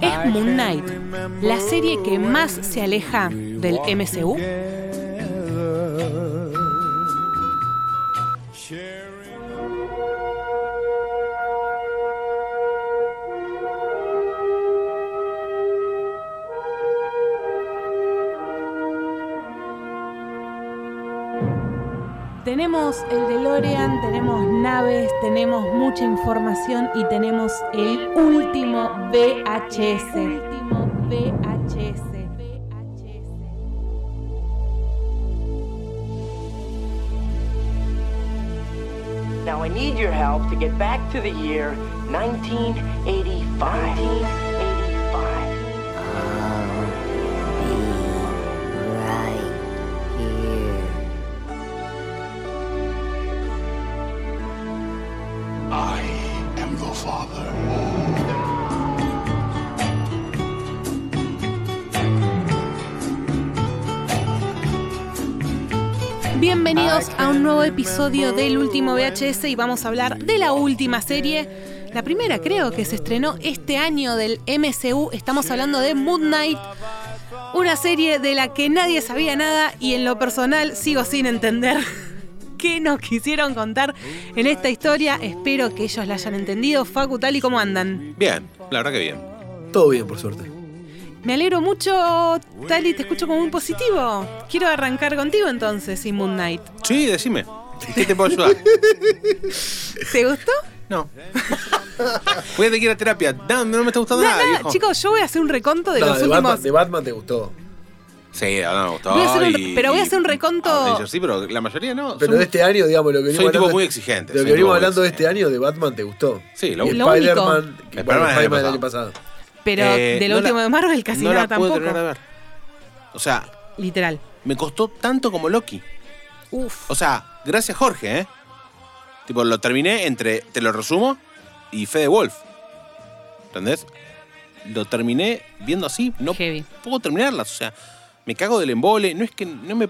es Moon Knight, la serie que más se aleja del MCU? Tenemos el DeLorean, tenemos naves, tenemos mucha información y tenemos el último VHS. Now I need your help to get back to the year 1985. 1985. I am the father. Bienvenidos a un nuevo episodio del último VHS y vamos a hablar de la última serie. La primera creo que se estrenó este año del MCU. Estamos hablando de Moon Knight, una serie de la que nadie sabía nada y en lo personal sigo sin entender qué nos quisieron contar en esta historia. Espero que ellos la hayan entendido. Facu, tal y como andan. Bien, la verdad que bien. Todo bien, por suerte. Me alegro mucho, Tali, te escucho como muy positivo. Quiero arrancar contigo entonces, y Moon Knight. Sí, decime. ¿En ¿Qué te puedo ayudar? ¿Te gustó? No. Voy a tener que ir a terapia. No, no me está gustando Nada, nada, nada, viejo. chicos, yo voy a hacer un reconto de No, los de, últimos. Batman, de Batman te gustó. Sí, no, me gustó. Voy a hacer un- y- pero voy a hacer un y- reconto- Avengers, sí, pero la mayoría no. Pero son- de este año, digamos, lo que venimos Soy un tipo hablando- muy exigente, de Lo soy un que tipo venimos muy hablando de este exigente. año, de Batman te gustó. Sí, lo Y único. Spider-Man, que- Spider-Man bueno, del Spider-Man del año año pasado. Pero Eh, del no último la- de Marvel casi no nada la puedo tampoco. terminar de ver. O sea, Literal. me costó tanto como Loki. Uf. O sea, gracias Jorge, ¿eh? Tipo, lo terminé entre Te lo resumo y Fede Wolf. ¿Entendés? Lo terminé viendo así. No Heavy. puedo terminarlas. O sea, me cago del embole. No es que no me.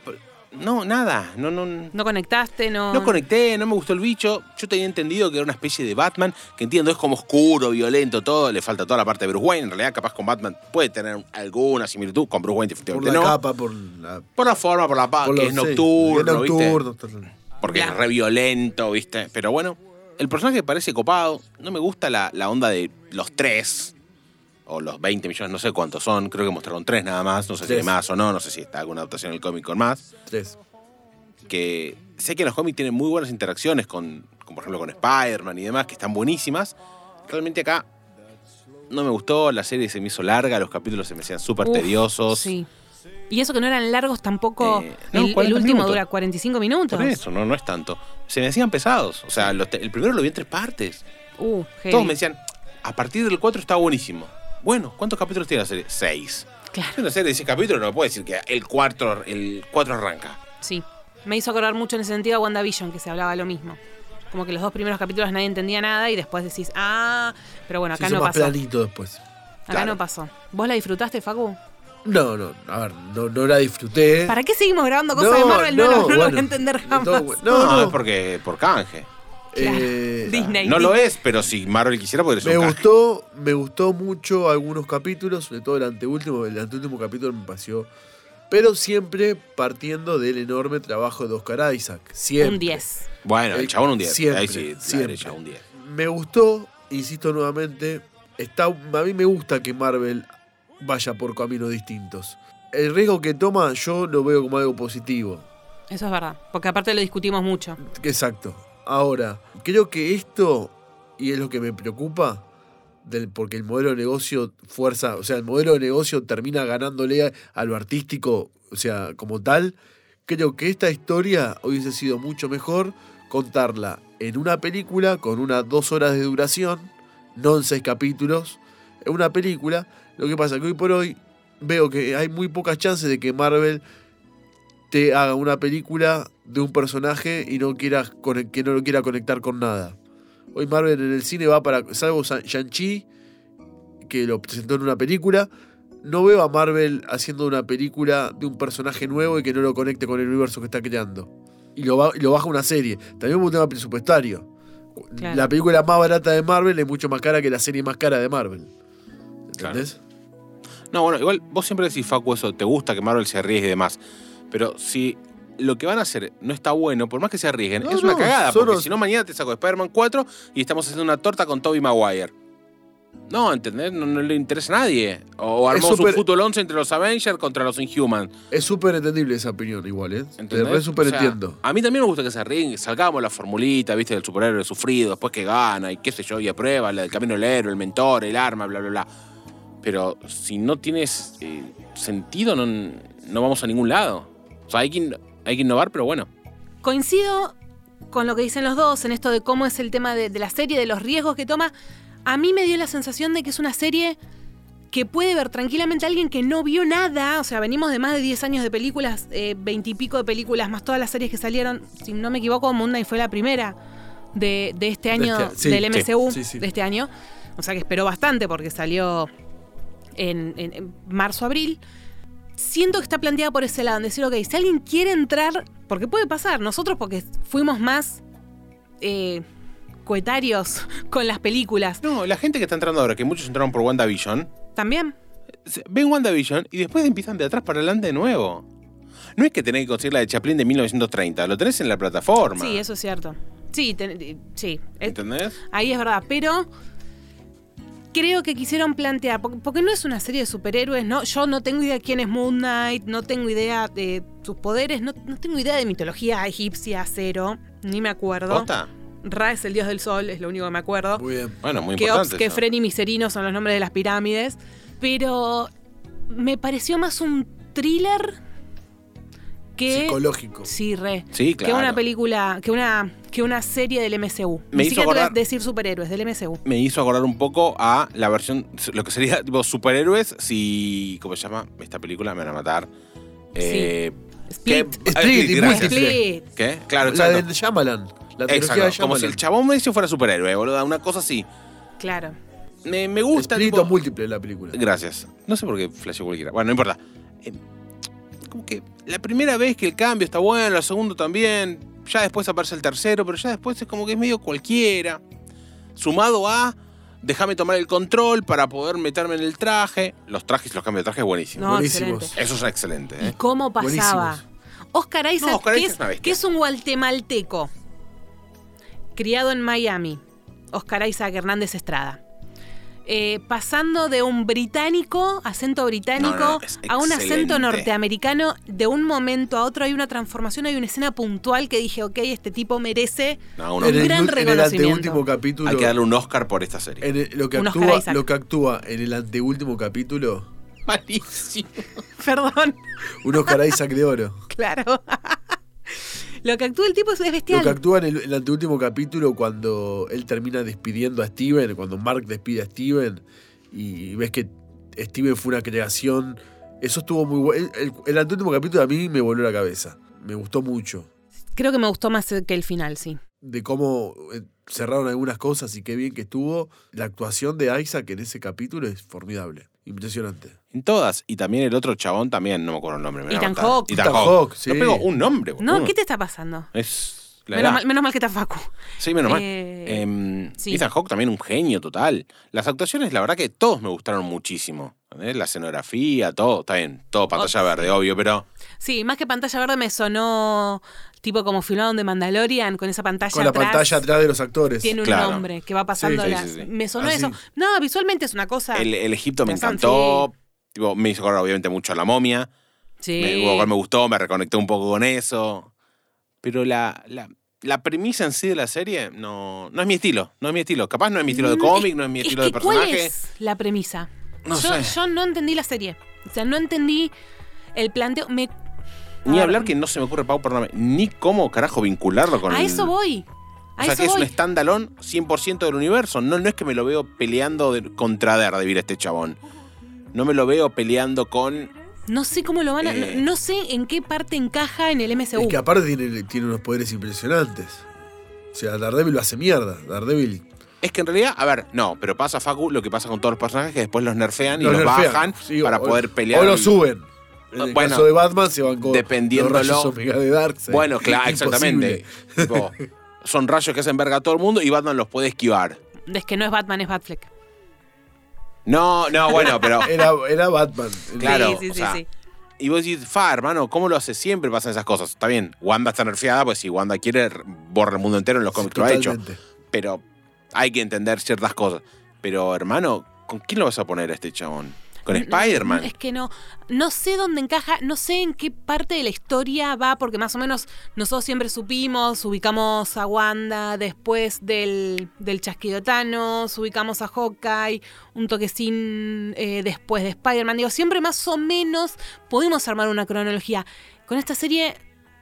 No, nada. No, no. No conectaste, no. No conecté, no me gustó el bicho. Yo tenía entendido que era una especie de Batman, que entiendo es como oscuro, violento, todo. Le falta toda la parte de Bruce Wayne. En realidad, capaz con Batman puede tener alguna similitud. Con Bruce Wayne, Por definitivamente la no. capa, por la. Por la forma, por la paz, por que los- es sí, nocturno, es ¿viste? nocturno, tal- Porque Claro. es re violento, ¿viste? Pero bueno, el personaje parece copado. No me gusta la, la onda de los tres. O los 20 millones, no sé cuántos son. Creo que mostraron tres nada más. No sé si Tres. hay más o no. No sé si está alguna adaptación del cómic con más. Tres. Que sé que en los cómics tienen muy buenas interacciones con, con, por ejemplo, con Spider-Man y demás, que están buenísimas. Realmente acá no me gustó. La serie se me hizo larga. Los capítulos se me hacían súper Uf, tediosos. Sí. Y eso que no eran largos tampoco. Eh, no, el, el 40 último minutos. dura 45 minutos. Por eso, no, no es tanto. Se me hacían pesados. O sea, los te- el primero lo vi en tres partes. Uh, heavy. Todos me decían, a partir del 4 está buenísimo. Bueno, ¿cuántos capítulos tiene la serie? Seis. Claro, Es una serie de seis capítulos, no me puede decir que el 4 el cuatro arranca. sí. Me hizo acordar mucho en ese sentido a WandaVision, que se hablaba lo mismo. Como que los dos primeros capítulos nadie entendía nada y después decís, ah, pero bueno, Se acá hizo no más pasó. planito después. Acá Claro. no pasó. ¿Vos la disfrutaste, Facu? No, no, a ver, no, no la disfruté. ¿Para qué seguimos grabando cosas de Marvel? No, no, no lo voy a bueno, entender de jamás. todo, bueno. No, no, es porque por canje. Claro. eh, Disney. No lo es, pero si Marvel quisiera podría ser Me un canje. gustó, me gustó mucho algunos capítulos, sobre todo el anteúltimo, el anteúltimo capítulo me pareció. Pero siempre partiendo del enorme trabajo de Oscar Isaac. Siempre. Un 10. Bueno, el Eh, chabón un 10. siempre, Ahí sí, la siempre. derecha, un 10. Me gustó, insisto nuevamente, está, a mí me gusta que Marvel vaya por caminos distintos. El riesgo que toma yo lo veo como algo positivo. Eso es verdad. Porque aparte lo discutimos mucho. Exacto. Ahora, creo que esto, y es lo que me preocupa, del, porque el modelo de negocio fuerza, o sea, el modelo de negocio termina ganándole a, a lo artístico, o sea, como tal, creo que esta historia hubiese sido mucho mejor contarla en una película con unas dos horas de duración, no en seis capítulos, en una película. Lo que pasa que hoy por hoy veo que hay muy pocas chances de que Marvel te haga una película de un personaje y no quieras con- que no lo quiera conectar con nada. Hoy Marvel en el cine va para, salvo San- Shang-Chi, que lo presentó en una película, no veo a Marvel haciendo una película de un personaje nuevo y que no lo conecte con el universo que está creando. Y lo, ba- y lo baja una serie. También hubo un tema presupuestario. Claro. La película más barata de Marvel es mucho más cara que la serie más cara de Marvel. ¿Entendés? No, bueno, igual vos siempre decís, Facu, eso, te gusta que Marvel se arriesgue y demás. Pero si lo que van a hacer no está bueno, por más que se arriesguen, No, es una no, cagada, solo- porque si no, mañana te saco Spider-Man 4 y estamos haciendo una torta con Toby Maguire. No, ¿entendés? No, no le interesa a nadie. O, o Es armamos súper- un fútbol 11 entre los Avengers contra los Inhumans. Es súper entendible esa opinión igual, ¿eh? Te ¿Entendés? re súper O sea, entiendo. a mí también me gusta que se ríen, que salgamos la formulita, viste, del superhéroe sufrido, después que gana, y qué sé yo, y aprueba, la del camino del héroe, el mentor, el arma, bla, bla, bla. Pero si no tienes eh, sentido, no, no vamos a ningún lado. O sea, hay que, in- hay que innovar, pero bueno. Coincido con lo que dicen los dos en esto de cómo es el tema de, de la serie, de los riesgos que toma. A mí me dio la sensación de que es una serie que puede ver tranquilamente a alguien que no vio nada. O sea, venimos de más de 10 años de películas, eh, veintipico de películas, más todas las series que salieron. Si no me equivoco, Moon Knight fue la primera de, de este año, este- sí, del sí, MCU, sí, sí. de este año. O sea, que esperó bastante porque salió en, en- en marzo, abril. Siento que está planteada por ese lado, en decir, ok, si alguien quiere entrar, porque puede pasar, nosotros porque fuimos más eh, coetarios con las películas, No, la gente que está entrando ahora, que muchos entraron por WandaVision, también. se- ven WandaVision y después empiezan de atrás para adelante de nuevo. No es que tenés que conseguir la de Chaplin de 1930, lo tenés en la plataforma. Sí, eso es cierto. Sí, ten- eh, sí. Eh, ¿Entendés? Ahí es verdad, pero creo que quisieron plantear, porque, porque no es una serie de superhéroes, ¿no? Yo no tengo idea quién es Moon Knight, no tengo idea de sus poderes, no, no tengo idea de mitología egipcia, cero, ni me acuerdo. ¿Posta? Ra es el dios del sol, es lo único que me acuerdo. Muy bien. Bueno, muy Que Ops, importante. que eso. Fren y Miserino son los nombres de las pirámides. Pero me pareció más un thriller que. Psicológico. Sí, re. Sí, claro. Que una película, que una, que una serie del MCU. Ni Me siquiera hizo te voy a acordar- decir superhéroes, del MCU. me hizo acordar un poco a la versión, lo que sería tipo superhéroes, si, ¿cómo se llama? Esta película me van a matar. Eh, Split. que- Split y gracias. múltiple. Split. ¿Qué? Claro, la exacto. de Shyamalan. La trilogía Exacto, de Como Shyamalan. si el chabón Messi fuera superhéroe, boludo. Una cosa así. Claro. Me, me gusta. Espíritu tipo- múltiple la película. Gracias. No sé por qué flasheó cualquiera. Bueno, no importa. Eh, como que la primera vez que el cambio está bueno, la segunda también. Ya después aparece el tercero, pero ya después es como que es medio cualquiera. Sumado a. Déjame tomar el control para poder meterme en el traje. Los trajes, los cambios de traje, buenísimos. No, Buenísimos. excelente. Eso es excelente. ¿Y ¿eh? cómo pasaba? Oscar Isaac, No, Oscar que, Isaac es, es una bestia. que es un guatemalteco, criado en Miami, Oscar Isaac Hernández Estrada. Eh, pasando de un británico, acento británico, No, no, es a un acento excelente. norteamericano, de un momento a otro hay una transformación, hay una escena puntual que dije, ok, este tipo merece No, uno- En el, Gran en el reconocimiento. anteúltimo capítulo. hay que darle un Oscar por esta serie. en el- lo, que Un Oscar actúa, Isaac. lo que actúa en el anteúltimo capítulo, Malísimo. perdón, un Oscar Isaac de oro. claro. Lo que actúa el tipo es es Lo que bestial. actúa en el, en el anteúltimo capítulo cuando él termina despidiendo a Steven, cuando Mark despide a Steven y ves que Steven fue una creación. Eso estuvo muy bueno. El, el- el anteúltimo capítulo a mí me voló la cabeza. Me gustó mucho. Creo que me gustó más eh, que el final, sí. De cómo eh, cerraron algunas cosas y qué bien que estuvo. La actuación de Isaac en ese capítulo es formidable. Impresionante. En todas. Y también el otro chabón también, no me acuerdo el nombre. me van a Ethan matar. Hawke. Ethan Ethan Hawke. Hawke, sí. No pego un nombre, No, boludo. ¿qué te está pasando? Es la Menos edad. mal, menos mal que está Facu. Sí, menos mal. Eh, Em, sí. Ethan Hawke también un genio total. Las actuaciones, la verdad que todos me gustaron muchísimo. ¿eh? La escenografía, todo, está bien, todo pantalla verde, obvio, pero Sí, más que pantalla verde me sonó tipo como filmaron de Mandalorian con esa pantalla Con la atrás, pantalla atrás de los actores. tiene un Claro. nombre que va pasando Sí, sí, las- sí, sí. me sonó Ah, eso. sí. No, visualmente es una cosa. el, el Egipto me Interesante, encantó. Tipo, me hizo acordar obviamente mucho a la momia. sí. Me, lo cual me gustó, me reconecté un poco con eso. Pero la, la, la premisa en sí de la serie no, no es mi estilo. No es mi estilo. Capaz no es mi estilo de Mm, cómic, no es mi es estilo que de personaje. ¿Cuál es la premisa? No yo, sé. yo no entendí la serie. O sea, no entendí el planteo. Me, Ni a hablar ver, que no se me ocurre, Pau, perdóname, ni cómo carajo vincularlo con A el- eso voy. A O sea eso que es voy. un standalone 100% del universo. No, no es que me lo veo peleando de- contra Daredevil a este chabón. No me lo veo peleando con. No sé cómo lo van a. Eh. No, no sé en qué parte encaja en el MCU. Es que aparte tiene, tiene unos poderes impresionantes. O sea, Daredevil lo hace mierda. Daredevil Es que en realidad, a ver, no, pero pasa Facu lo que pasa con todos los personajes que después los nerfean y los, Los nerfean. bajan Sí, para o- poder pelear. O lo el- suben. En el Bueno, caso de Batman se van con dependiéndolo. los rayos omega de Darkseid. Bueno, claro, Imposible. exactamente. Tipo, son rayos que hacen verga a todo el mundo y Batman los puede esquivar. Es que no es Batman, es Batfleck. No, no, bueno, pero. Era, era Batman. Claro. sí, sí, o sea, sí. Y vos decís, fa, hermano, ¿cómo lo hace? Siempre pasan esas cosas. Está bien, Wanda está nerfeada, pues si Wanda quiere, borra el mundo entero en los cómics, lo ha hecho. Totalmente. Pero hay que entender ciertas cosas. Pero, hermano, ¿con quién lo vas a poner a este chabón? ¿Con Spider-Man? Es que no, no sé dónde encaja, no sé en qué parte de la historia va, porque más o menos nosotros siempre supimos, ubicamos a Wanda después del, del chasquido Thanos, ubicamos a Hawkeye, un toquecín eh, después de Spider-Man. Digo, siempre más o menos pudimos armar una cronología. Con esta serie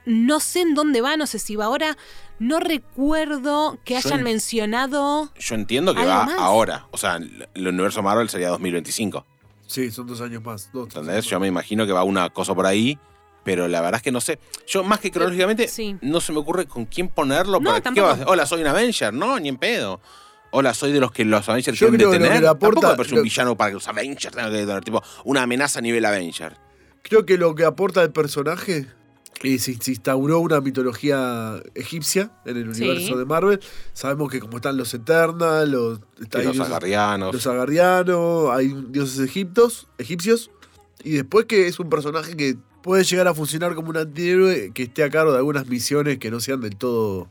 no sé en dónde va, no sé si va ahora, no recuerdo que Yo hayan en- mencionado... Yo entiendo que ¿Algo va más? ahora. O sea, el el universo Marvel sería 2025. Sí, son dos años más. Dos, tres ¿Entendés? años Yo más. me imagino que va una cosa por ahí. Pero la verdad es que no sé. Yo, más que cronológicamente, Eh, sí. no se me ocurre con quién ponerlo. No, para qué tampoco. vas a- Hola, soy un Avenger. No, ni en pedo. Hola, soy de los que los Avengers Yo quieren creo que lo detener. que le aporta- Tampoco me parece lo- un villano para que los Avengers tengan que detener. Tipo, una amenaza a nivel Avenger. Creo que lo que aporta el personaje y se, se instauró una mitología egipcia en el Sí. universo de Marvel. Sabemos que como están los Eternals, los, está ahí los dioses- Asgardianos. los Asgardianos, hay dioses egiptos, egipcios. Y después que es un personaje que puede llegar a funcionar como un antihéroe que esté a cargo de algunas misiones que no sean del todo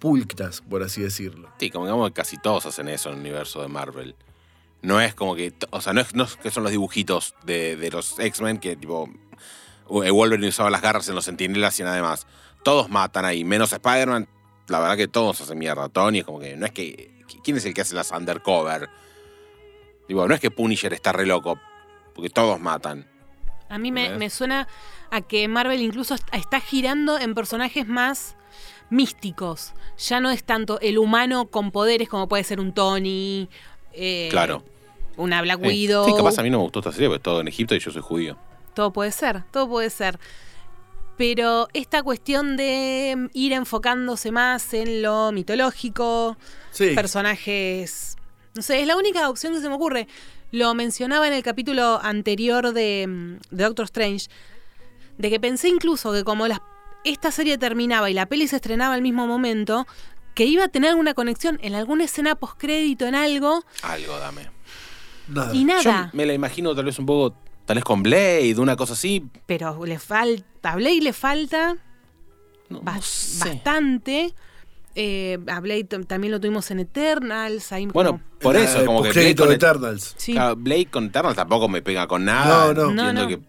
pulcras, por así decirlo. Sí, como digamos que casi todos hacen eso en el universo de Marvel. No es como que. to- O sea, no es, no es que son los dibujitos de, de los X-Men que tipo. eh, Wolverine usaba las garras en los sentinelas y nada más. Todos matan ahí, menos Spider-Man. La verdad que todos hacen mierda. Tony es como que. No es que. ¿Quién es el que hace las undercover? Digo, no es que Punisher está re loco. Porque todos matan. A mí me, ¿Entendés? me suena a que Marvel incluso est- está girando en personajes más místicos. Ya no es tanto el humano con poderes como puede ser un Tony, eh, Claro. una Black Eh, Widow. Sí, capaz a mí no me gustó esta serie porque es todo en Egipto y yo soy judío. Todo puede ser, todo puede ser. Pero esta cuestión de ir enfocándose más en lo mitológico, Sí, personajes. No sé, es la única opción que se me ocurre. Lo mencionaba en el capítulo anterior de, mm, de Doctor Strange, de que pensé incluso que como las- esta serie terminaba y la peli se estrenaba al mismo momento, que iba a tener alguna conexión en alguna escena postcrédito, en algo, Algo dame. nada. y nada. Yo me la imagino tal vez un poco. Tal vez con Blade, una cosa así, Pero le falta, a Blade le falta No, no bas- sé. bastante. Eh, a Blade tam- también lo tuvimos en Eternals. ahí Bueno, como- por eso, El como que Blade postcrédito con, de Eter- Eternals. sí. claro, Blade con Eternals tampoco me pega con No, nada. no. No, Entiendo no. que-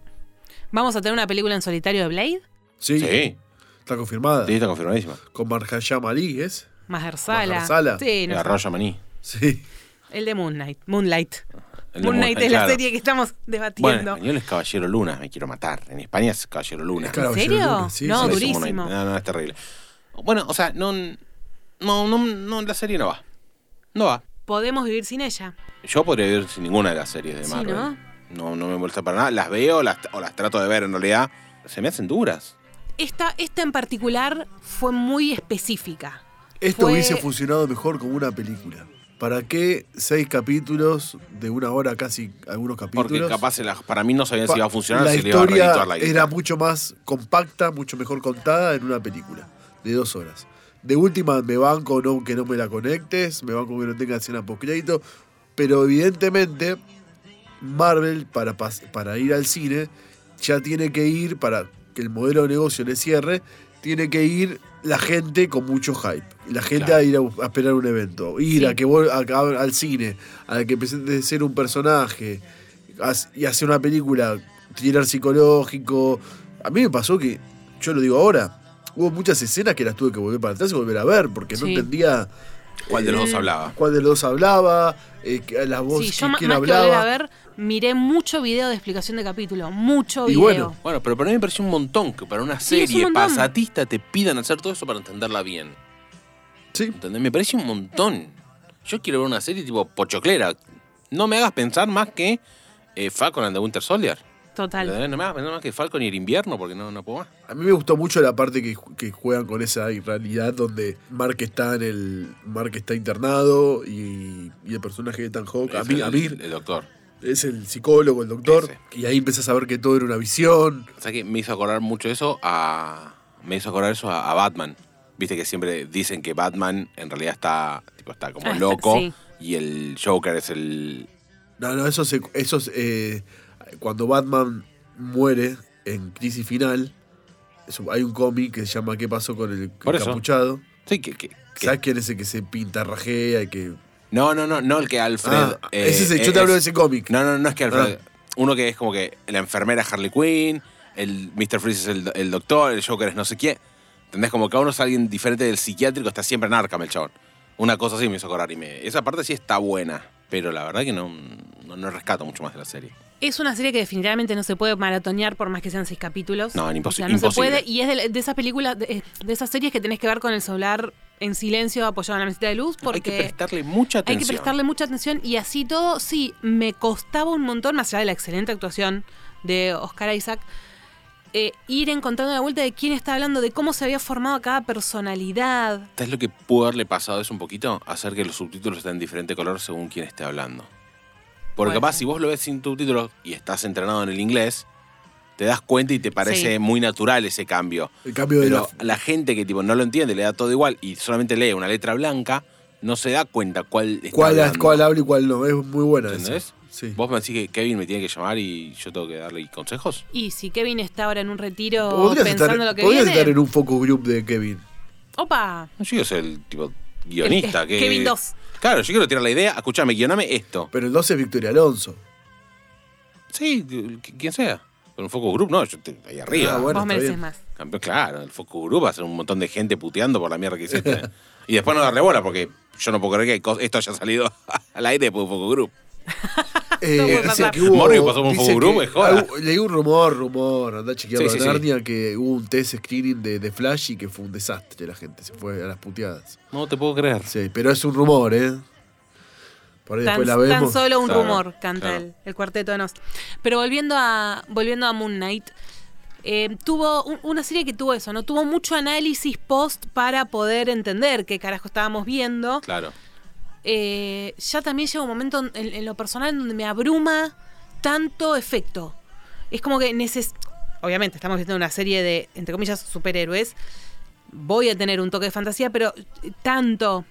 ¿Vamos a tener una película en solitario de Blade? Sí, sí, está confirmada. sí, está confirmadísima. Con Marjayam Ali, ¿es? Mahershala. Mahershala. Sí, no La sé. Roya Maní. Sí. El de Moon Knight. Moonlight. El de Moon Knight es la claro. serie que estamos Bueno, en debatiendo. español es Caballero Luna, me quiero matar. En España es Caballero Luna. Es Caballero ¿En serio? Luna, sí, no, sí. Es un durísimo. Moon Knight. No, no, es terrible. Bueno, o sea, no, no, no, no, la serie no va. No va. Podemos vivir sin ella. Yo podría ver sin ninguna de las series de Sí, Marvel. ¿no? no, no me molesta para nada. Las veo las, o las trato de ver en realidad. Se me hacen duras. Esta, esta en particular fue muy específica. Esto Fue- hubiese funcionado mejor como una película. ¿Para qué seis capítulos de una hora casi algunos capítulos? Porque capaz se las- para mí no sabían Pa- si iba a funcionar, la si le iba a historia reeditar la guita. era mucho más compacta, mucho mejor contada en una película de dos horas. De última me banco no, que no me la conectes, me banco que no tenga escena post crédito, pero evidentemente Marvel para, pas- para ir al cine ya tiene que ir, para que el modelo de negocio le cierre, tiene que ir la gente con mucho hype. La gente Claro. a ir a, bu- a esperar un evento, ir Sí. a que vol- a- a- al cine, a que presente ser un personaje as- y hacer una película, thriller psicológico. A mí me pasó que, yo lo digo ahora, hubo muchas escenas que las tuve que volver para atrás y volver a ver porque no Sí. entendía ¿Cuál de los Eh, dos hablaba? cuál de los dos hablaba, eh, que- la voz Sí, que- yo ma- quién más que hablaba. volver a ver, miré mucho video de explicación de capítulo. Mucho Y video. bueno, Bueno, pero para mí me pareció un montón que para una Sí, es un serie montón. pasatista te pidan hacer todo eso para entenderla bien. Sí, ¿Entendés? Me parece un montón. Yo quiero ver una serie tipo pochoclera. No me hagas pensar más que eh, Falcon and the Winter Soldier. Total. ¿Entendés? No me hagas pensar más que Falcon y el invierno porque no, no puedo más. a mí me gustó mucho la parte que, que juegan con esa realidad donde Mark está en el Mark está internado y, y el personaje de Tan Hawk, a Es mí, el, a mí el- el doctor. es el psicólogo, el doctor, Ese. y ahí empezás a ver que todo era una visión. O sea que me hizo acordar mucho eso a. Me hizo acordar eso a, a Batman. Viste que siempre dicen que Batman en realidad está. Tipo, está como Ah, está- loco. sí. Y el Joker es el. No, no, eso, se, eso es, eh, cuando Batman muere en Crisis Final, es un- hay un cómic que se llama ¿Qué pasó con el Por eso. capuchado? Sí, que, que- que- ¿Sabes quién es el que se pinta, rajea y que... No, no, no, no el que Alfred. Ah, eh, ese es el- yo eh, te hablo de es- ese cómic. No, no, no es que Alfred. Ah. Uno que es como que la enfermera Harley Quinn, el Mr. Freeze es el, do- el doctor, el Joker es no sé quién. ¿Entendés? Como cada uno es alguien diferente del psiquiátrico, está siempre en Arkham el chabón. Una cosa así me hizo acordar y me- esa parte sí está buena, pero la verdad que no, no, no rescato mucho más de la serie. Es una serie que definitivamente no se puede maratonear por más que sean seis capítulos. No, imposi- O sea, no se imposible. puede. Y es de, la- de esas películas, de, eh, de esas series que tenés que ver con el solar en silencio apoyado en la mesita de luz porque Hay que prestarle mucha hay atención. que prestarle mucha atención y así todo, sí, me costaba un montón, más allá de la excelente actuación de Oscar Isaac, eh, ir encontrando la vuelta de quién está hablando, de cómo se había formado cada personalidad. ¿Sabes lo que pudo haberle pasado es un poquito? Hacer que los subtítulos estén en diferente color según quién esté hablando. Porque Puede capaz ser. si vos lo ves sin subtítulos y estás entrenado en el inglés, te das cuenta y te parece Sí. muy natural ese cambio. El cambio de Pero la... la gente que tipo no lo entiende, le da todo igual y solamente lee una letra blanca, no se da cuenta cuál está ¿Cuál, hablando. cuál habla y cuál no? Es muy buena esa. ¿Entendés? Sí. Vos me decís que Kevin me tiene que llamar y yo tengo que darle consejos. Y si Kevin está ahora en un retiro Podrías, estar, pensando lo que podrías viene. estar en un focus group de Kevin. ¡Opa! No, Yo quiero ser el tipo guionista. El- que... Kevin dos. Claro, yo quiero tirar la idea. Escuchame, guioname esto. Pero el 12 es Victoria Alonso. Sí, qu- quien sea. Con un focus group, no, yo te- ahí arriba. Ah, bueno. Vos está mereces bien. más. Campeón, claro, el focus group va a ser un montón de gente puteando por la mierda que hiciste. y después no darle bola, porque yo no puedo creer que hay cos- esto haya salido al aire después de un focus group. Eh, puede dice pasar. que hubo, Morbius pasó por un dice focus group, que- es joda. ah, Leí un rumor, rumor, andá chequeando Sí, a sí, sí. Narnia, que hubo un test screening de, de Flash y que fue un desastre la gente, se fue a las puteadas. No te puedo creer. Sí, pero es un rumor, ¿eh? Por ahí Tan, después la tan vemos. solo un Claro, rumor, canta claro. el, el cuarteto de Nos. Pero volviendo a, volviendo a Moon Knight, eh, tuvo un- una serie que tuvo eso, ¿no? Tuvo mucho análisis post para poder entender qué carajo estábamos viendo. Claro. Eh, ya también llega un momento en, en lo personal en donde me abruma tanto efecto. Es como que neces obviamente estamos viendo una serie de, entre comillas, superhéroes. Voy a tener un toque de fantasía, pero eh, tanto.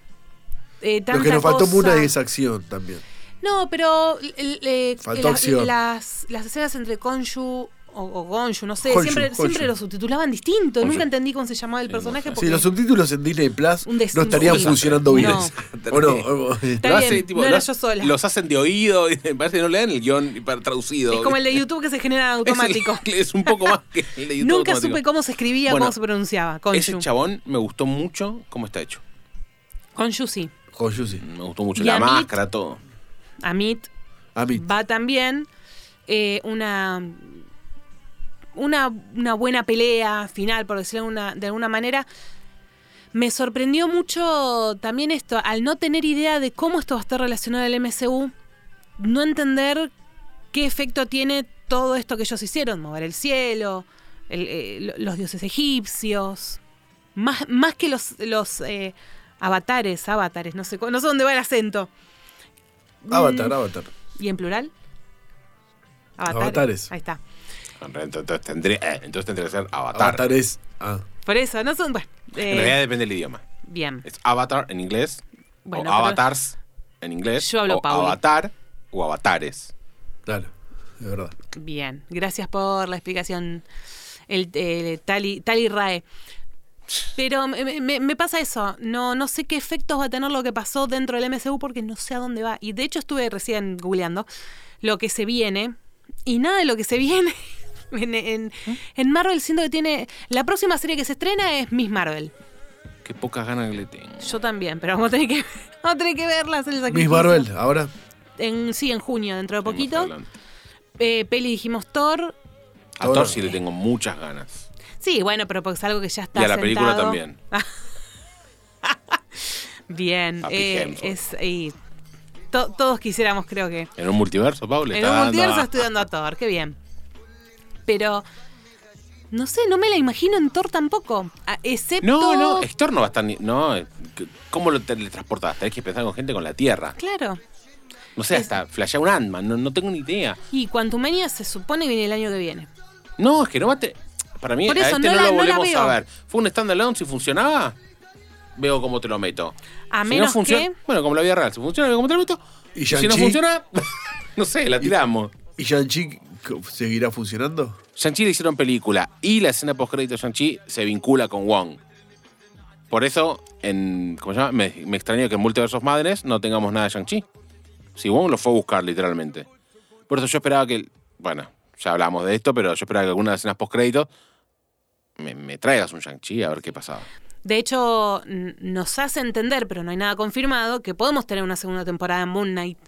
eh, Lo que tanta nos faltó cosa. Moon Knight es acción también. No, pero l- l- eh, Faltó la- acción. las, las escenas entre Konshu o, o Gonshu, no sé, Honshu, siempre, Honshu. siempre lo subtitulaban distinto. Honshu. Nunca entendí cómo se llamaba el Sí, personaje no sé. porque Sí, los subtítulos en Disney Plus Un no desastre. estarían Un funcionando bien. desastre. ¿O no? Está bien, no era yo sola. Los hacen de oído y me parece que no le dan el guión para- traducido. es como el de YouTube que se genera Es el- automático. Es, un poco más que el de YouTube Nunca automático. supe cómo se escribía, Bueno, cómo se pronunciaba. Ese Konshu. chabón me gustó mucho cómo está hecho. Konshu sí. Joyu, sí. Me gustó mucho Y la a mí- máscara, todo. Amit A mí. va también. eh, una, una, una buena pelea final, por decirlo de una- de alguna manera. Me sorprendió mucho también esto, al no tener idea de cómo esto va a estar relacionado al MCU, no entender qué efecto tiene todo esto que ellos hicieron, mover el cielo, el, eh, lo- los dioses egipcios, más, más que los, los eh, avatares, avatares, no sé, cu- no sé dónde va el acento. Avatar, Mm, Avatar. ¿Y en plural? Avatares. Ahí está. Entonces tendría, eh, entonces tendría que ser avatar. Avatar es. Ah. Por eso, no son. Bueno, eh, En realidad depende del idioma. bien. Es avatar en inglés. Bueno, o pero- avatars en inglés. Yo hablo o Pauli. avatar o avatares. Claro, de verdad. Bien, gracias por la explicación, el, eh, Tali, Tali Rae. Pero me, me- me pasa eso, no, no sé qué efectos va a tener lo que pasó dentro del MCU porque no sé a dónde va. Y de hecho estuve recién googleando lo que se viene y nada de lo que se viene en, en- en Marvel siento que tiene... La próxima serie que se estrena es Miss Marvel. Qué pocas ganas que le tengo. Yo también, pero vamos a tener que, vamos a tener que verla. hacer el Miss sacrificio. Marvel, ahora. En, sí, en junio, dentro de Más poquito. adelante. Eh, peli dijimos Thor, A Ahora- Thor sí le tengo muchas ganas. Sí, bueno, pero porque es algo que ya está. Y a la película sentado. también. Bien. A eh, Pijenfo. es, y to- todos quisiéramos, creo que. En un multiverso, Pauli. En un multiverso estudiando a Thor, qué bien. Pero. No sé, no me la imagino en Thor tampoco. a- Excepto. No, no, es- Thor no va a estar ni. No, eh, c- ¿cómo lo teletransportás? Tenés que pensar con gente con la Tierra. Claro. No sé, hasta flashea un Ant-Man, no, no tengo ni idea. Y Quantumania se supone que viene el año que viene. No, es que no va a te- Para mí, Por a eso, este no no, la- lo no la volvemos a veo. ver. Fue un standalone, si funcionaba, veo cómo te lo meto. A si menos no funciona, que. Bueno, como la vida real, si funciona, veo cómo te lo meto. Y si no Shang-Chi. funciona, No sé, la tiramos. ¿Y Shang-Chi seguirá funcionando? Shang-Chi le hicieron película y la escena postcrédito de Shang-Chi se vincula con Wong. Por eso, en, ¿cómo se llama? Me, me extrañó que en Multiversos Madres no tengamos nada de Shang-Chi. Si Wong lo fue a buscar, literalmente. Por eso yo esperaba que. Bueno, ya hablamos de esto, pero yo esperaba que algunas escenas postcrédito me, me traigas un Shang-Chi a ver qué pasaba. De hecho, n- nos hace entender, pero no hay nada confirmado, que podemos tener una segunda temporada en Moon Knight.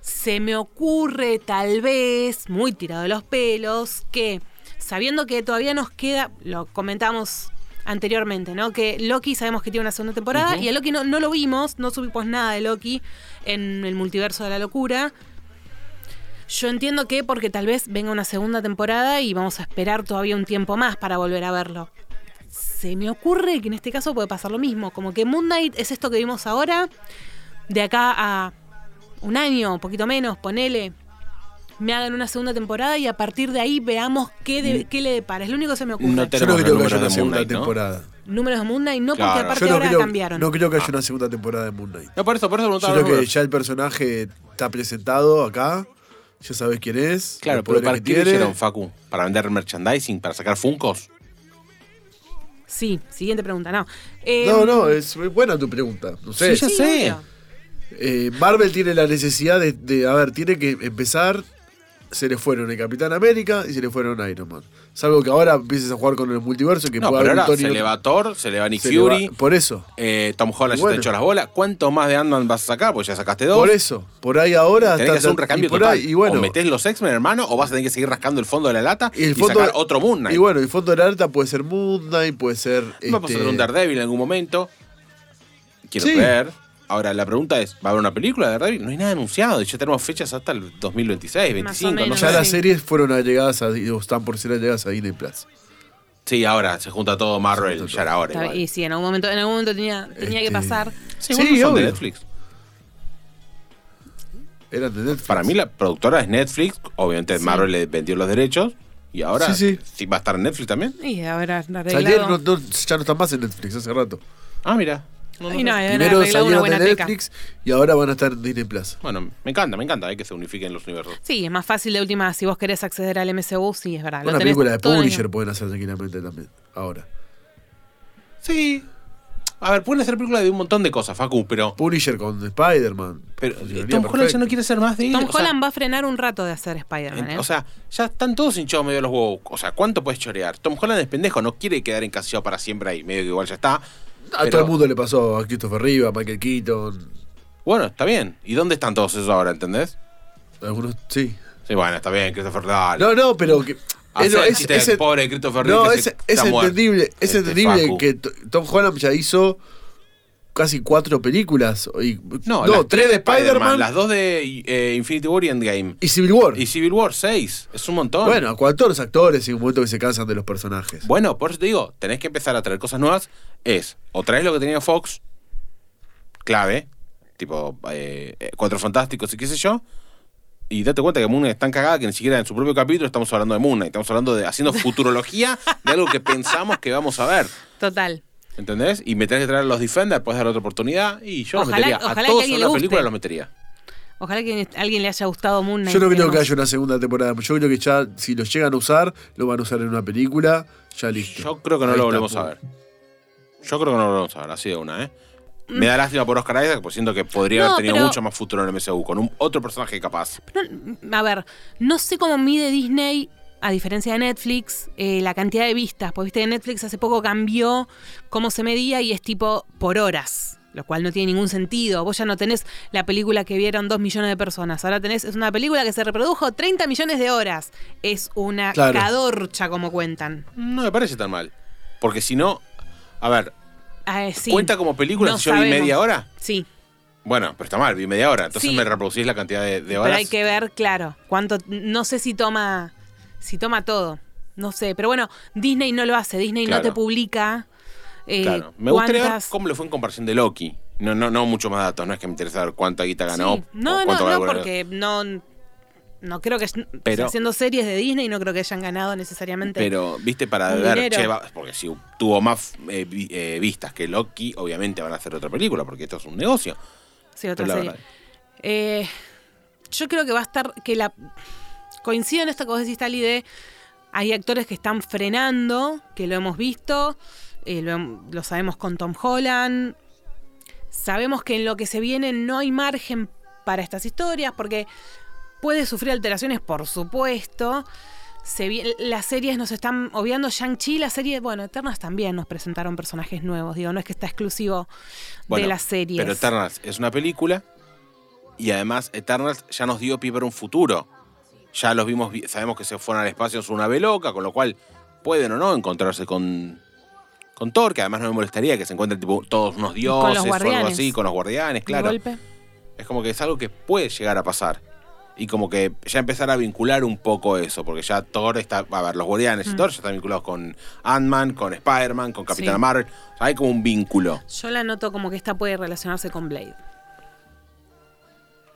Se me ocurre, tal vez, muy tirado de los pelos, que sabiendo que todavía nos queda, lo comentamos anteriormente, ¿no? Que Loki sabemos que tiene una segunda temporada y a Loki no, no lo vimos, no supimos nada de Loki en el multiverso de la locura. Yo entiendo que porque tal vez venga una segunda temporada y vamos a esperar todavía un tiempo más para volver a verlo se me ocurre que en este caso puede pasar lo mismo. Como que Moon Knight es esto que vimos ahora, de acá a un año, un poquito menos, ponele. Me hagan una segunda temporada y a partir de ahí veamos qué, de- qué le depara. Es lo único que se me ocurre. No te- Yo Mm. no Tenemos creo los que haya números de una Moon segunda Knight, ¿no? temporada. Números de Moon Knight, no, porque Claro. aparte Yo no ahora creo, cambiaron. no creo que haya una segunda temporada de Moon Knight. No, por eso, por eso Yo preguntaba. creo los que números. ya el personaje está presentado acá, ya sabes quién es. Claro, los pero poderes ¿para que qué lo tiene. hicieron, Facu? ¿Para vender merchandising? ¿Para sacar Funcos? Sí, siguiente pregunta, no. Eh, No, no, es buena tu pregunta. No sé. Sí, ya sé. obvio. Eh, Marvel tiene la necesidad de, de- a ver, tiene que empezar. Se le fueron el Capitán América y se le fueron Iron Man. Salvo que ahora empieces a jugar con el multiverso que No, pueda pero haber un ahora Tony- se le va Thor, se le va Nick se le va- Fury, por eso. eh, Tom Holland ya Bueno. te echó las bolas. ¿Cuántos más de Ant-Man vas a sacar? Pues ya sacaste dos. Por eso. Por ahí ahora. Tenés que hacer un está- recambio y por total. ahí- y bueno, o metés los X-Men, hermano, o vas a tener que seguir rascando el fondo de la lata y y, el fondo- sacar otro Moon Knight. Y bueno, el fondo de la alta puede ser Moon Knight, puede ser. Vamos a este, tener un Daredevil en algún momento. Quiero Sí. ver. Ahora, la pregunta es, ¿va a haber una película de Daredevil? No hay nada anunciado. y Ya tenemos fechas hasta el 2026, Más 25. o no menos. sé. Ya las Sí. series fueron allegadas a, o están por ser allegadas a Disney Plus. Sí, ahora se junta todo Marvel. junta Ya era hora. Está- igual. Y sí, en algún momento, en algún momento tenía, tenía que Este, pasar. Sí, Sí, bueno, son de obvio. Netflix. Eran de Netflix. Para mí la productora es Netflix. Obviamente Marvel le vendió los derechos. Y ahora Sí, sí. va a estar en Netflix también. Y haber arreglado. Salieron, no- no- ya no están más en Netflix hace rato. Ah, mira. No, no Y sé. no, haber Primero arreglado una salieron buena de teca. Netflix y ahora van a estar en Disney Plus. Bueno, me encanta, me encanta. Hay que se unifiquen los universos. Sí, es más fácil de última si vos querés acceder al MCU, sí, es verdad. Ah, lo Una tenés película de todo el año. Punisher pueden hacer tranquilamente también. Ahora. Sí. A ver, pueden hacer películas de un montón de cosas, Facu, pero. Punisher con Spider-Man. Pero eh, Funcionaría Tom Holland perfecto. ya no quiere hacer más de Tom o sea, Holland va a frenar un rato de hacer Spider-Man. en- ¿eh? O sea, ya están todos hinchados medio de los huevos. O sea, ¿cuánto puedes chorear? Tom Holland es pendejo, no quiere quedar encasillado para siempre ahí. Medio que igual ya está. A Pero, todo el mundo le pasó. A Christopher Reeve, a Michael Keaton. Bueno, está bien. ¿Y dónde están todos esos ahora, entendés? Algunos, sí. Sí, bueno, está bien, Christopher dale. No, no, pero que. eh, Hacer no, el chiste del pobre Christopher Reeve No, que es, se- es está muerto. entendible, es Este, entendible Facu. que T- Tom Holland ya hizo casi cuatro películas. y- No, no, las tres de Spider-Man las dos de eh, Infinity War y Endgame. y Civil War. Y Civil War 6. Es un montón. Bueno, a cual- todos los actores en un momento que se cansan de los personajes. Bueno, por eso te digo, tenés que empezar a traer cosas nuevas. Es, o traes lo que tenía Fox, clave, tipo eh, eh, Cuatro Fantásticos y qué sé yo, y date cuenta que Moon Knight es tan cagada que ni siquiera en su propio capítulo estamos hablando de Moon Knight, estamos hablando de haciendo futurología de algo que pensamos que vamos a ver. Total. ¿Entendés? Y me tenés que traer a los Defenders, puedes dar otra oportunidad y yo los Ojalá- metería. ojalá a que todos alguien en le la guste. película los metería. Ojalá que alguien le haya gustado Moon Knight. Yo no creo digamos. que haya una segunda temporada. Yo creo que ya, si los llegan a usar, lo van a usar en una película. Ya listo. Yo creo que no Ahí lo está, pues. volvemos a pum. ver. Yo creo que no lo volvemos a ver, así de una, ¿eh? Me da lástima por Oscar Isaac, porque siento que Mm. podría No, haber tenido pero- mucho más futuro en el MCU, con un, otro personaje capaz. No, a ver, no sé cómo mide Disney, a diferencia de Netflix, eh, la cantidad de vistas. Porque viste que Netflix hace poco cambió cómo se medía y es tipo por horas. Lo cual no tiene ningún sentido. Vos ya no tenés la película que vieron dos millones de personas. Ahora tenés, es una película que se reprodujo 30 millones de horas. Es una Claro. cadorcha, como cuentan. No me parece tan mal. Porque si no, a ver, Ah, eh, sí. ¿cuenta como película No si yo vi sabemos. media hora? Sí. Bueno, pero está mal, vi media hora. Entonces Sí. me reproducís la cantidad de, de horas. Pero hay que ver, claro, cuánto. No sé si toma. Si toma todo. No sé. Pero bueno, Disney no lo hace. Disney Claro. no te publica. eh, Claro. Me gustaría ver cuántas- cómo le fue en comparación de Loki. No, no, no mucho más datos, no es que me interesa ver cuánta guita Sí. ganó. No, o no, cuánto no, valor- porque no. No creo que. Pero- Pero, haciendo series de Disney no creo que hayan ganado necesariamente. Pero, viste, para Un ver, dinero. che, va- porque si tuvo más eh, vi- eh, vistas que Loki, obviamente van a hacer otra película, porque esto es un negocio. sí, otra Pero la serie. verdad- Eh, yo creo que va a estar, que la... Coincido en esto que vos decís, Tali, de hay actores que están frenando, que lo hemos visto, eh, lo, hem- lo sabemos con Tom Holland, sabemos que en lo que se viene no hay margen para estas historias, porque puede sufrir alteraciones, por supuesto. Se vi- las series nos están obviando. Shang-Chi, la serie, bueno, Eternas también nos presentaron personajes nuevos. Digo, no es que está exclusivo Bueno, de las series. Pero Eternals es una película y además Eternals ya nos dio pie para un futuro. Ya los vimos, vi- sabemos que se fueron al espacio en su nave loca, con lo cual pueden o no encontrarse con, con Thor, que además no me molestaría que se encuentren tipo todos unos los dioses o algo guardianes. así, con los guardianes, De claro. golpe. Es como que es algo que puede llegar a pasar. Y como que ya empezar a vincular un poco eso, porque ya Thor está, a ver, los guardianes y Thor ya están vinculados con Ant-Man, con Spider-Man, con Capitana Sí. Marvel. O sea, hay como un vínculo. Yo la noto como que esta puede relacionarse con Blade.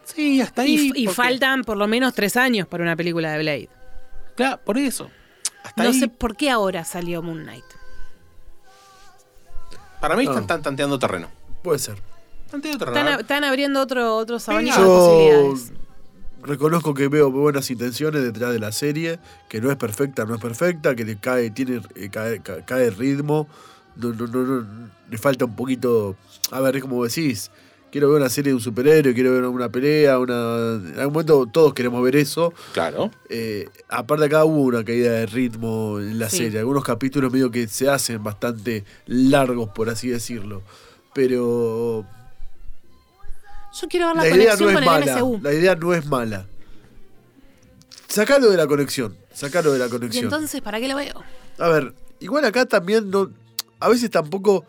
Sí, hasta ahí. y y porque- faltan por lo menos tres años para una película de Blade. Claro, por eso. Hasta No ahí. sé por qué ahora salió Moon Knight. Para mí Ah. están, están tanteando terreno. Puede ser. Tanteando Están, terreno. a- están abriendo otro, otros abanicos de Yo posibilidades. reconozco que veo buenas intenciones detrás de la serie, que no es perfecta, no es perfecta, que le cae, tiene, eh, cae, ca- cae ritmo, no, no, no, no, le falta un poquito. A ver, es como decís, quiero ver una serie de un superhéroe, quiero ver una pelea, una. En algún momento todos queremos ver eso. Claro. Eh, aparte acá hubo una caída de ritmo en la Sí. serie. Algunos capítulos medio que se hacen bastante largos, por así decirlo. Pero Yo quiero ver la, la idea no conexión es con el mala. MCU. La idea no es mala. Sacalo de la conexión. Sacalo de la Y conexión. entonces, ¿para qué lo veo? A ver, igual acá también no. A veces tampoco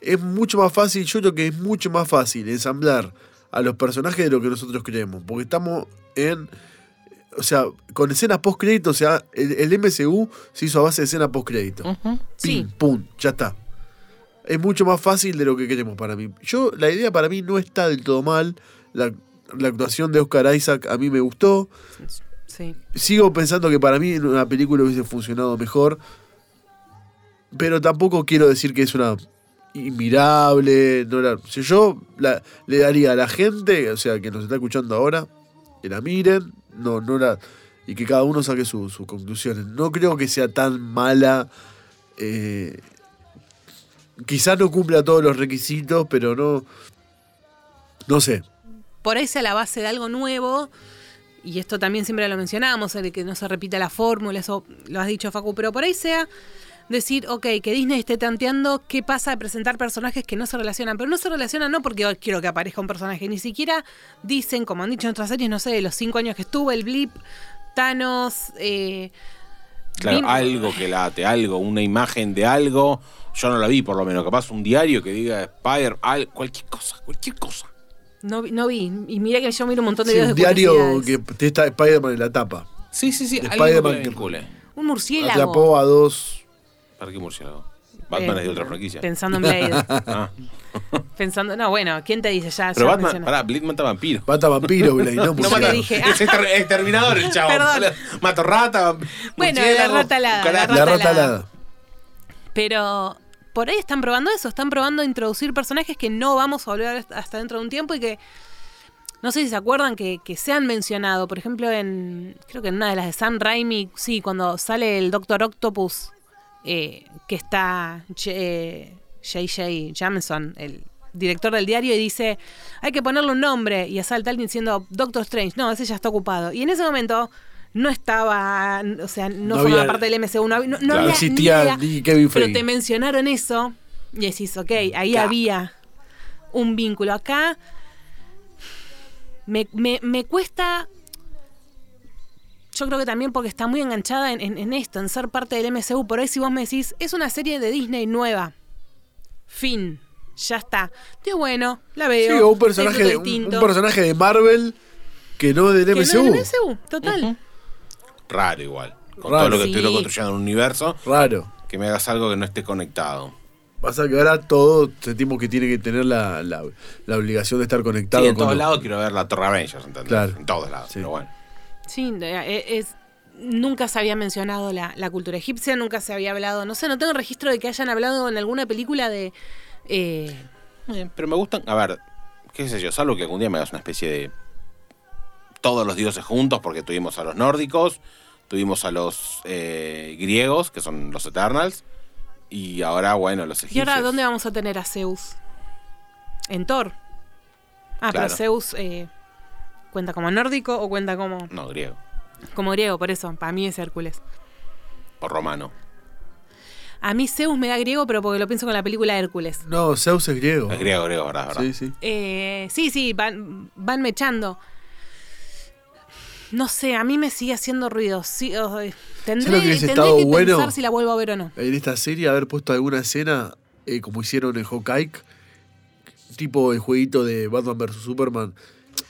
es mucho más fácil. Yo creo que es mucho más fácil ensamblar a los personajes de lo que nosotros creemos. Porque estamos en. O sea, con escenas post-crédito, o sea, el, el MCU se hizo a base de escenas post-crédito. Sí. Pim, pum, ya está. Es mucho más fácil de lo que queremos para mí. Yo, la idea para mí no está del todo mal. La, la actuación de Oscar Isaac a mí me gustó. Sí. Sigo pensando que para mí en una película hubiese funcionado mejor. Pero tampoco quiero decir que es una inmirable. No la- si yo la- le daría a la gente, o sea, que nos está escuchando ahora, que la miren, no, no la. Y que cada uno saque su- sus conclusiones. No creo que sea tan mala. eh, quizás no cumpla todos los requisitos, pero no. No sé. Por ahí sea la base de algo nuevo. Y esto también siempre lo mencionamos, el que no se repita la fórmula, eso lo has dicho Facu, pero por ahí sea decir, ok, que Disney esté tanteando qué pasa de presentar personajes que no se relacionan, pero no se relacionan no porque hoy quiero que aparezca un personaje, ni siquiera dicen, como han dicho en otras series, no sé, de los cinco años que estuvo, el blip, Thanos, eh, Claro, Vin- algo que late, algo, una imagen de algo. Yo no la vi, por lo menos. Capaz un diario que diga Spider, al- cualquier cosa, cualquier cosa. No, vi- no vi, y mira que yo miro un montón de Sí, videos un de diario curiosidades. que te está Spider-Man en la tapa. Sí, sí, sí, De algo que Spider-Man la que- vincule. Un murciélago. Atrapó a dos. ¿Para qué murciélago? Batman Eh, es de otra franquicia. Pensando en Blade. Ah. pensando, no, bueno, ¿quién te dice ya? Pero ya Batman, mencionaste. pará, Blade mata vampiro. Mata vampiro, Blade, no No, murciélago. porque dije, ah. Es exter- exterminador el chavo. Perdón. Mato rata, Bueno, murciélago, la rata alada, la cucaracha. La rata rata alada. alada. Pero por ahí están probando eso, están probando introducir personajes que no vamos a volver a ver hasta dentro de un tiempo y que no sé si se acuerdan que, que se han mencionado, por ejemplo, en creo que en una de las de Sam Raimi, sí, cuando sale el Doctor Octopus, eh, que está J- eh, J.J. Jameson, el director del diario, y dice, hay que ponerle un nombre, y asalta alguien diciendo Doctor Strange, no, ese ya está ocupado. Y en ese momento no estaba, o sea, no, No formaba había- parte del MCU, no, había- no- no Claro, había existía idea, ni Kevin Pero Feige. te mencionaron eso y decís, ok, ahí Claro. había un vínculo. Acá me, me- me cuesta. Yo creo que también porque está muy enganchada en, en- en esto, en ser parte del MCU. Por ahí, si vos me decís, es una serie de Disney nueva. Fin. Ya está. Digo, bueno, la Sí, veo. o un personaje, de, disfruto un, un Eh, distinto. personaje de Marvel que no es del Que no es MCU. del MCU, total. Raro igual. Con Raro. todo lo que Sí. estuvieron construyendo en un universo, Raro. que me hagas algo que no esté conectado. Pasa que ahora todos sentimos que tiene que tener la, la- la obligación de estar conectado Sí, en con todos lo- lados quiero ver la Torre Avengers, ¿entendés? Claro. En todos lados, Sí. pero bueno. Sí, de- e- es, nunca se había mencionado la, la cultura egipcia, nunca se había hablado, no sé, no tengo registro de que hayan hablado en alguna película de... eh, Eh, Pero me gustan, a ver, qué sé yo, salvo que algún día me hagas una especie de todos los dioses juntos, porque tuvimos a los nórdicos, tuvimos a los eh, griegos, que son los Eternals, y ahora, bueno, los egipcios. ¿Y ahora dónde vamos a tener a Zeus? En Thor. Ah, pero Claro. Zeus eh, cuenta como nórdico o cuenta como, No, griego. como griego, por eso, para mí es Hércules. O romano. A mí Zeus me da griego, pero porque lo pienso con la película Hércules. No, Zeus es griego. Es griego, griego, verdad, verdad. Sí, sí. Eh, sí, sí, van, van mechando. No sé, a mí me sigue haciendo ruido. Sí, ay, tendré ¿Sabes lo que hubiese tendré estado que bueno? pensar si la vuelvo a ver o no. En esta serie haber puesto alguna escena, eh, como hicieron en Hawkeye, tipo el jueguito de Batman vs. Superman.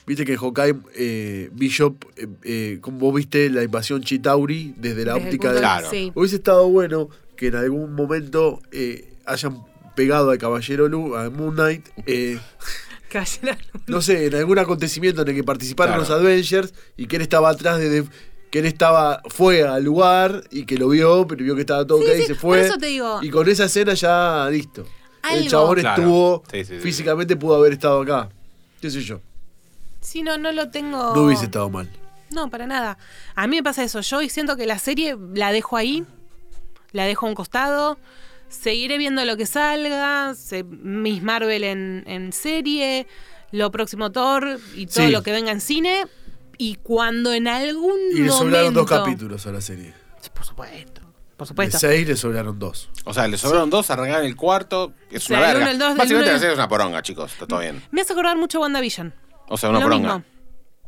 Viste que en Hawkeye, eh, Bishop, eh, eh, como vos viste la invasión Chitauri desde la Desde el punto óptica de... de- Claro. sí. Hubiese estado bueno que en algún momento eh, hayan pegado al Caballero Lu, a Moon Knight, eh, Cayera- no sé, en algún acontecimiento en el que participaron Claro. los Avengers y que él estaba atrás de... que él estaba, fue al lugar y que lo vio, pero vio que estaba todo Sí, ok y sí, se por fue. eso te digo. Y con esa escena ya listo. Algo. El chabón Claro. estuvo, Sí, sí, sí, físicamente pudo haber estado acá. ¿Qué sé yo? Sí, no, no lo tengo. No hubiese estado mal. No, para nada. A mí me pasa eso. Yo hoy siento que la serie la dejo ahí, la dejo a un costado, seguiré viendo lo que salga, se- Miss Marvel en, en serie, lo próximo Thor y todo Sí. lo que venga en cine. Y cuando en algún Y le momento. sobraron dos capítulos a la serie. Por supuesto. Por De supuesto. seis le sobraron dos. O sea, le sobraron dos, arrancaron el cuarto. Es O sea, una el verga. uno, el dos, el Básicamente uno, la el- serie es una poronga, chicos. Está todo bien. Me hace acordar mucho WandaVision. O sea, una Lo poronga. mismo.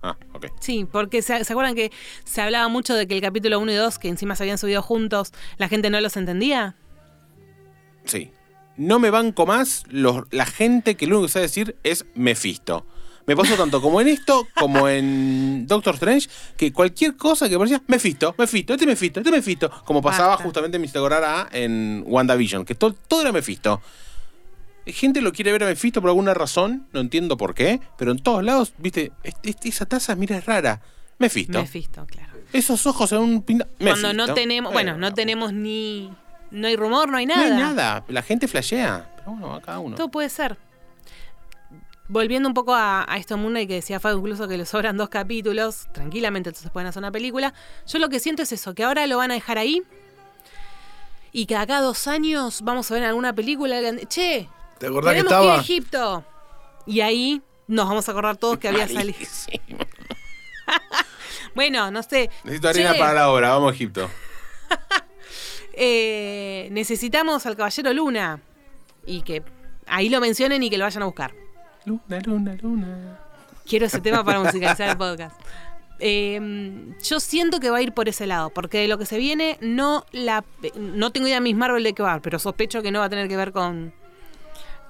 Ah, ok. Sí, porque se, ¿se acuerdan que se hablaba mucho de que el capítulo 1 y 2, que encima se habían subido juntos, la gente no los entendía? Sí. No me banco más los- la gente que lo único que sabe decir es Mephisto. Me pasó tanto como en esto, como en Doctor Strange, que cualquier cosa que parecía Mephisto, Mephisto, este Mephisto, este Mephisto, como pasaba Basta. justamente me hice acordar a en WandaVision, que todo, todo era Mephisto. Gente lo quiere ver a Mephisto por alguna razón, no entiendo por qué, pero en todos lados, viste, Este- este- esa taza, mira, es rara. Mephisto. Mephisto, claro. Esos ojos son un pinta. Cuando Mephisto. no tenemos, bueno, Eh, no tenemos ni, no hay rumor, no hay No nada. hay nada. La gente flashea. Pero bueno, a cada uno. Todo puede ser. Volviendo un poco a, a esto Moon Knight que decía Fabio incluso que le sobran dos capítulos, tranquilamente entonces pueden hacer una película. Yo lo que siento es eso, que ahora lo van a dejar ahí y que acá dos años vamos a ver alguna película. alguien- Che, ¿Te acordás tenemos ir a que estaba? Egipto. Y ahí nos vamos a acordar todos que había salido. Malísimo. Bueno, no sé. Necesito arena Che, para la obra, vamos a Egipto. eh, necesitamos al caballero Luna. Y que ahí lo mencionen y que lo vayan a buscar. Luna, luna, luna. Quiero ese tema para musicalizar el podcast. Eh, yo siento que va a ir por ese lado, porque de lo que se viene no la no tengo idea Miss Marvel de qué va, pero sospecho que no va a tener que ver con,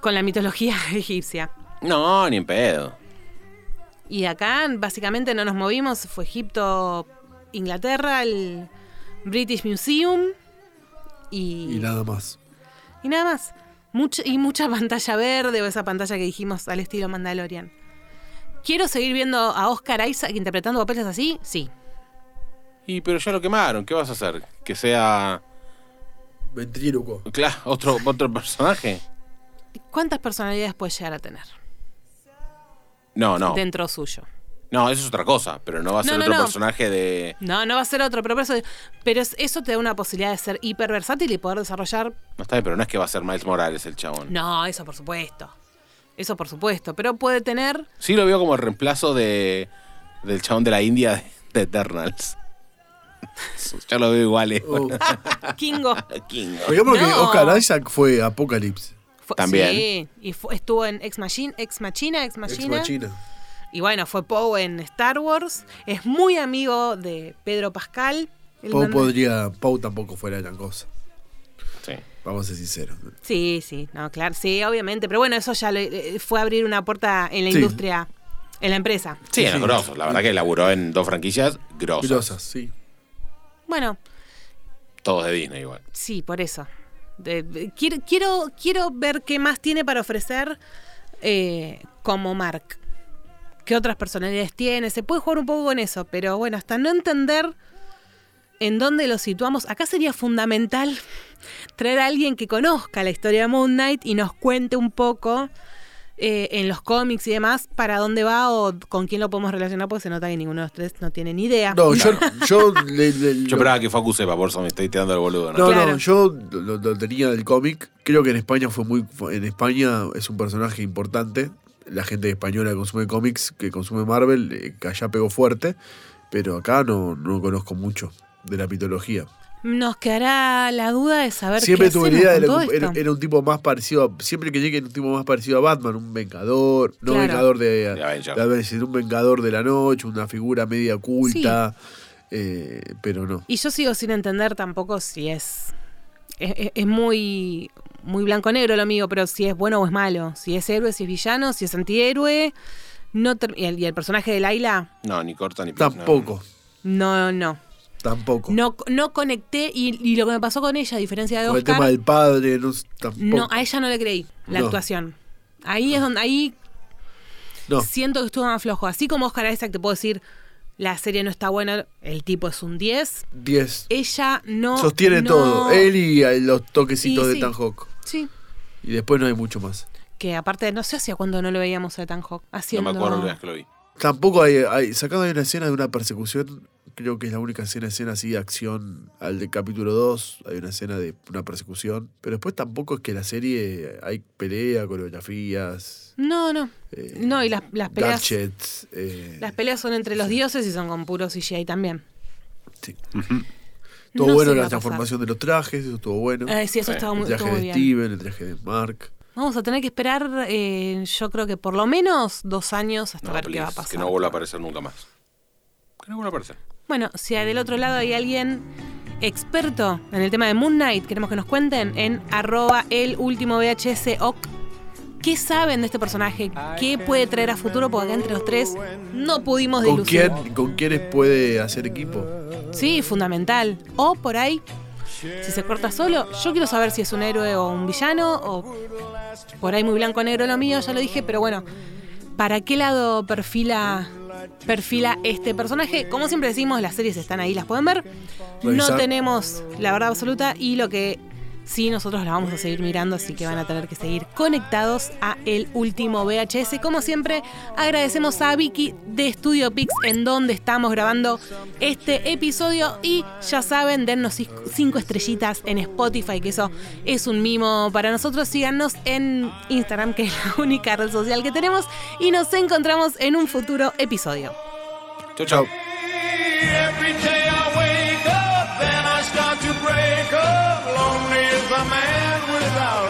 con la mitología egipcia. No, ni en pedo. Y acá básicamente no nos movimos, fue Egipto, Inglaterra, el British Museum y, Y nada más. y nada más. Mucho, y mucha pantalla verde o esa pantalla que dijimos al estilo Mandalorian. ¿Quiero seguir viendo a Oscar Isaac interpretando papeles así? Sí. Y pero ya lo quemaron, ¿qué vas a hacer? Que sea Ventríloco. claro, otro, otro personaje. ¿Cuántas personalidades puede llegar a tener No, no. dentro suyo? No, eso es otra cosa, pero no va a No, ser no, otro no. personaje de. No, no va a ser otro, pero, por eso- pero es- eso te da una posibilidad de ser hiper versátil y poder desarrollar. No está bien, pero no es que va a ser Miles Morales el chabón. No, eso por supuesto. Eso por supuesto. Pero puede tener. Sí lo veo como el reemplazo de. del chabón de la India de, de Eternals. ya lo veo igual, eh. Oh. Kingo. Kingo. Digamos que No. Oscar Isaac fue Apocalipsis. Fue- También. Sí, y fu- estuvo en Ex Machine, Ex Machina, Ex Ex Machina. Machina. Y bueno, fue Poe en Star Wars. Es muy amigo de Pedro Pascal. el Pau manda- podría. Pau tampoco fuera gran cosa. Sí. Vamos a ser sinceros. Sí, sí, no, claro, sí, obviamente. Pero bueno, eso ya lo- eh, fue abrir una puerta en la Sí. industria, en la empresa. Sí, en los Sí. grosos. La verdad que laburó en dos franquicias grosas. Filosas, sí. Bueno, Todos de Disney igual. sí, por eso. De- de- quiero, quiero, quiero ver qué más tiene para ofrecer eh, como Mark. ¿Qué otras personalidades tiene? Se puede jugar un poco con eso, pero bueno, hasta no entender en dónde lo situamos, acá sería fundamental traer a alguien que conozca la historia de Moon Knight y nos cuente un poco eh, en los cómics y demás para dónde va o con quién lo podemos relacionar, porque se nota que ninguno de los tres no tiene ni idea. No, yo. Yo, le- le- Yo lo- esperaba que Facu sepa, por eso me estoy tirando el boludo. ¿no? No, Claro. no, yo lo, lo tenía del cómic. Creo que en España fue muy. fue- En España es un personaje importante. La gente española que consume cómics, que consume Marvel, eh, que allá pegó fuerte. Pero acá no, no conozco mucho de la mitología. Nos quedará la duda de saber Siempre qué tuve la hacemos idea con de todo lo que- era, esto. era un tipo más parecido a, Siempre que llegue era un tipo más parecido a Batman, un vengador. No Claro. vengador de, De Avengers. de Avengers, un vengador de la noche, una figura media oculta. eh, pero no. Y yo sigo sin entender tampoco si es. Es, es- es muy. Muy blanco-negro lo mío, pero si es bueno o es malo. Si es héroe, si es villano, si es antihéroe. No ter- y, el, y el personaje de Laila, No, ni corta ni pizza, no. Tampoco, no, no. tampoco. No, no conecté. Y, y lo que me pasó con ella, a diferencia de Con el Oscar. tema del padre, no, tampoco. No, a ella no le creí la No. actuación. Ahí es donde ahí No. siento que estuvo más flojo. Así como Oscar Isaac te puedo decir, la serie no está buena, el tipo es un 10. 10. Ella Eh, no Sostiene no- todo. Él y eh, los toquecitos Y de sí. Tan Hawk. Sí. Y después no hay mucho más. Que aparte no sé hacía cuando no lo veíamos a Tan Hawk No me haciendo acuerdo la vez que lo vi. Tampoco hay, hay. Sacando hay una escena de una persecución. Creo que es la única escena, escena así de acción al del capítulo 2. Hay una escena de una persecución. Pero después tampoco es que la serie hay pelea, coreografías, No, no. Eh, no, y las, las peleas gadgets. eh, las peleas son entre los dioses y son con puro CGI también. sí. No Estuvo sé bueno qué va la a pasar. transformación de los trajes, eso estuvo bueno. Eh, sí, eso Sí. estaba el muy, traje estuvo muy bien. de Steven, el traje de Mark. Vamos a tener que esperar, eh, yo creo que por lo menos dos años hasta No, ver qué va a please, pasar. Que no vuelva a aparecer nunca más. Que no vuelva a aparecer. Bueno, si del otro lado hay alguien experto en el tema de Moon Knight, queremos que nos cuenten en arroba el último VHS OC. ¿Qué saben de este personaje? ¿Qué puede traer a futuro? Porque acá entre los tres no pudimos ¿Con, dilucidar. quién, ¿Con quiénes puede hacer equipo? Sí, fundamental. O por ahí, si se corta solo, yo quiero saber si es un héroe o un villano, o por ahí muy blanco negro lo mío, ya lo dije, pero bueno, ¿para qué lado perfila, perfila este personaje? Como siempre decimos, las series están ahí, las pueden ver. No Revisar. tenemos la verdad absoluta y lo que sí nosotros la vamos a seguir mirando, así que van a tener que seguir conectados a el último VHS. Como siempre, agradecemos a Vicky de Studio Pix en donde estamos grabando este episodio y ya saben, dennos cis- cinco estrellitas en Spotify, que eso es un mimo para nosotros. Síganos en Instagram, que es la única red social que tenemos y nos encontramos en un futuro episodio. Chau, chau. Every day I wake up, then I start to break up. Lonely is a man without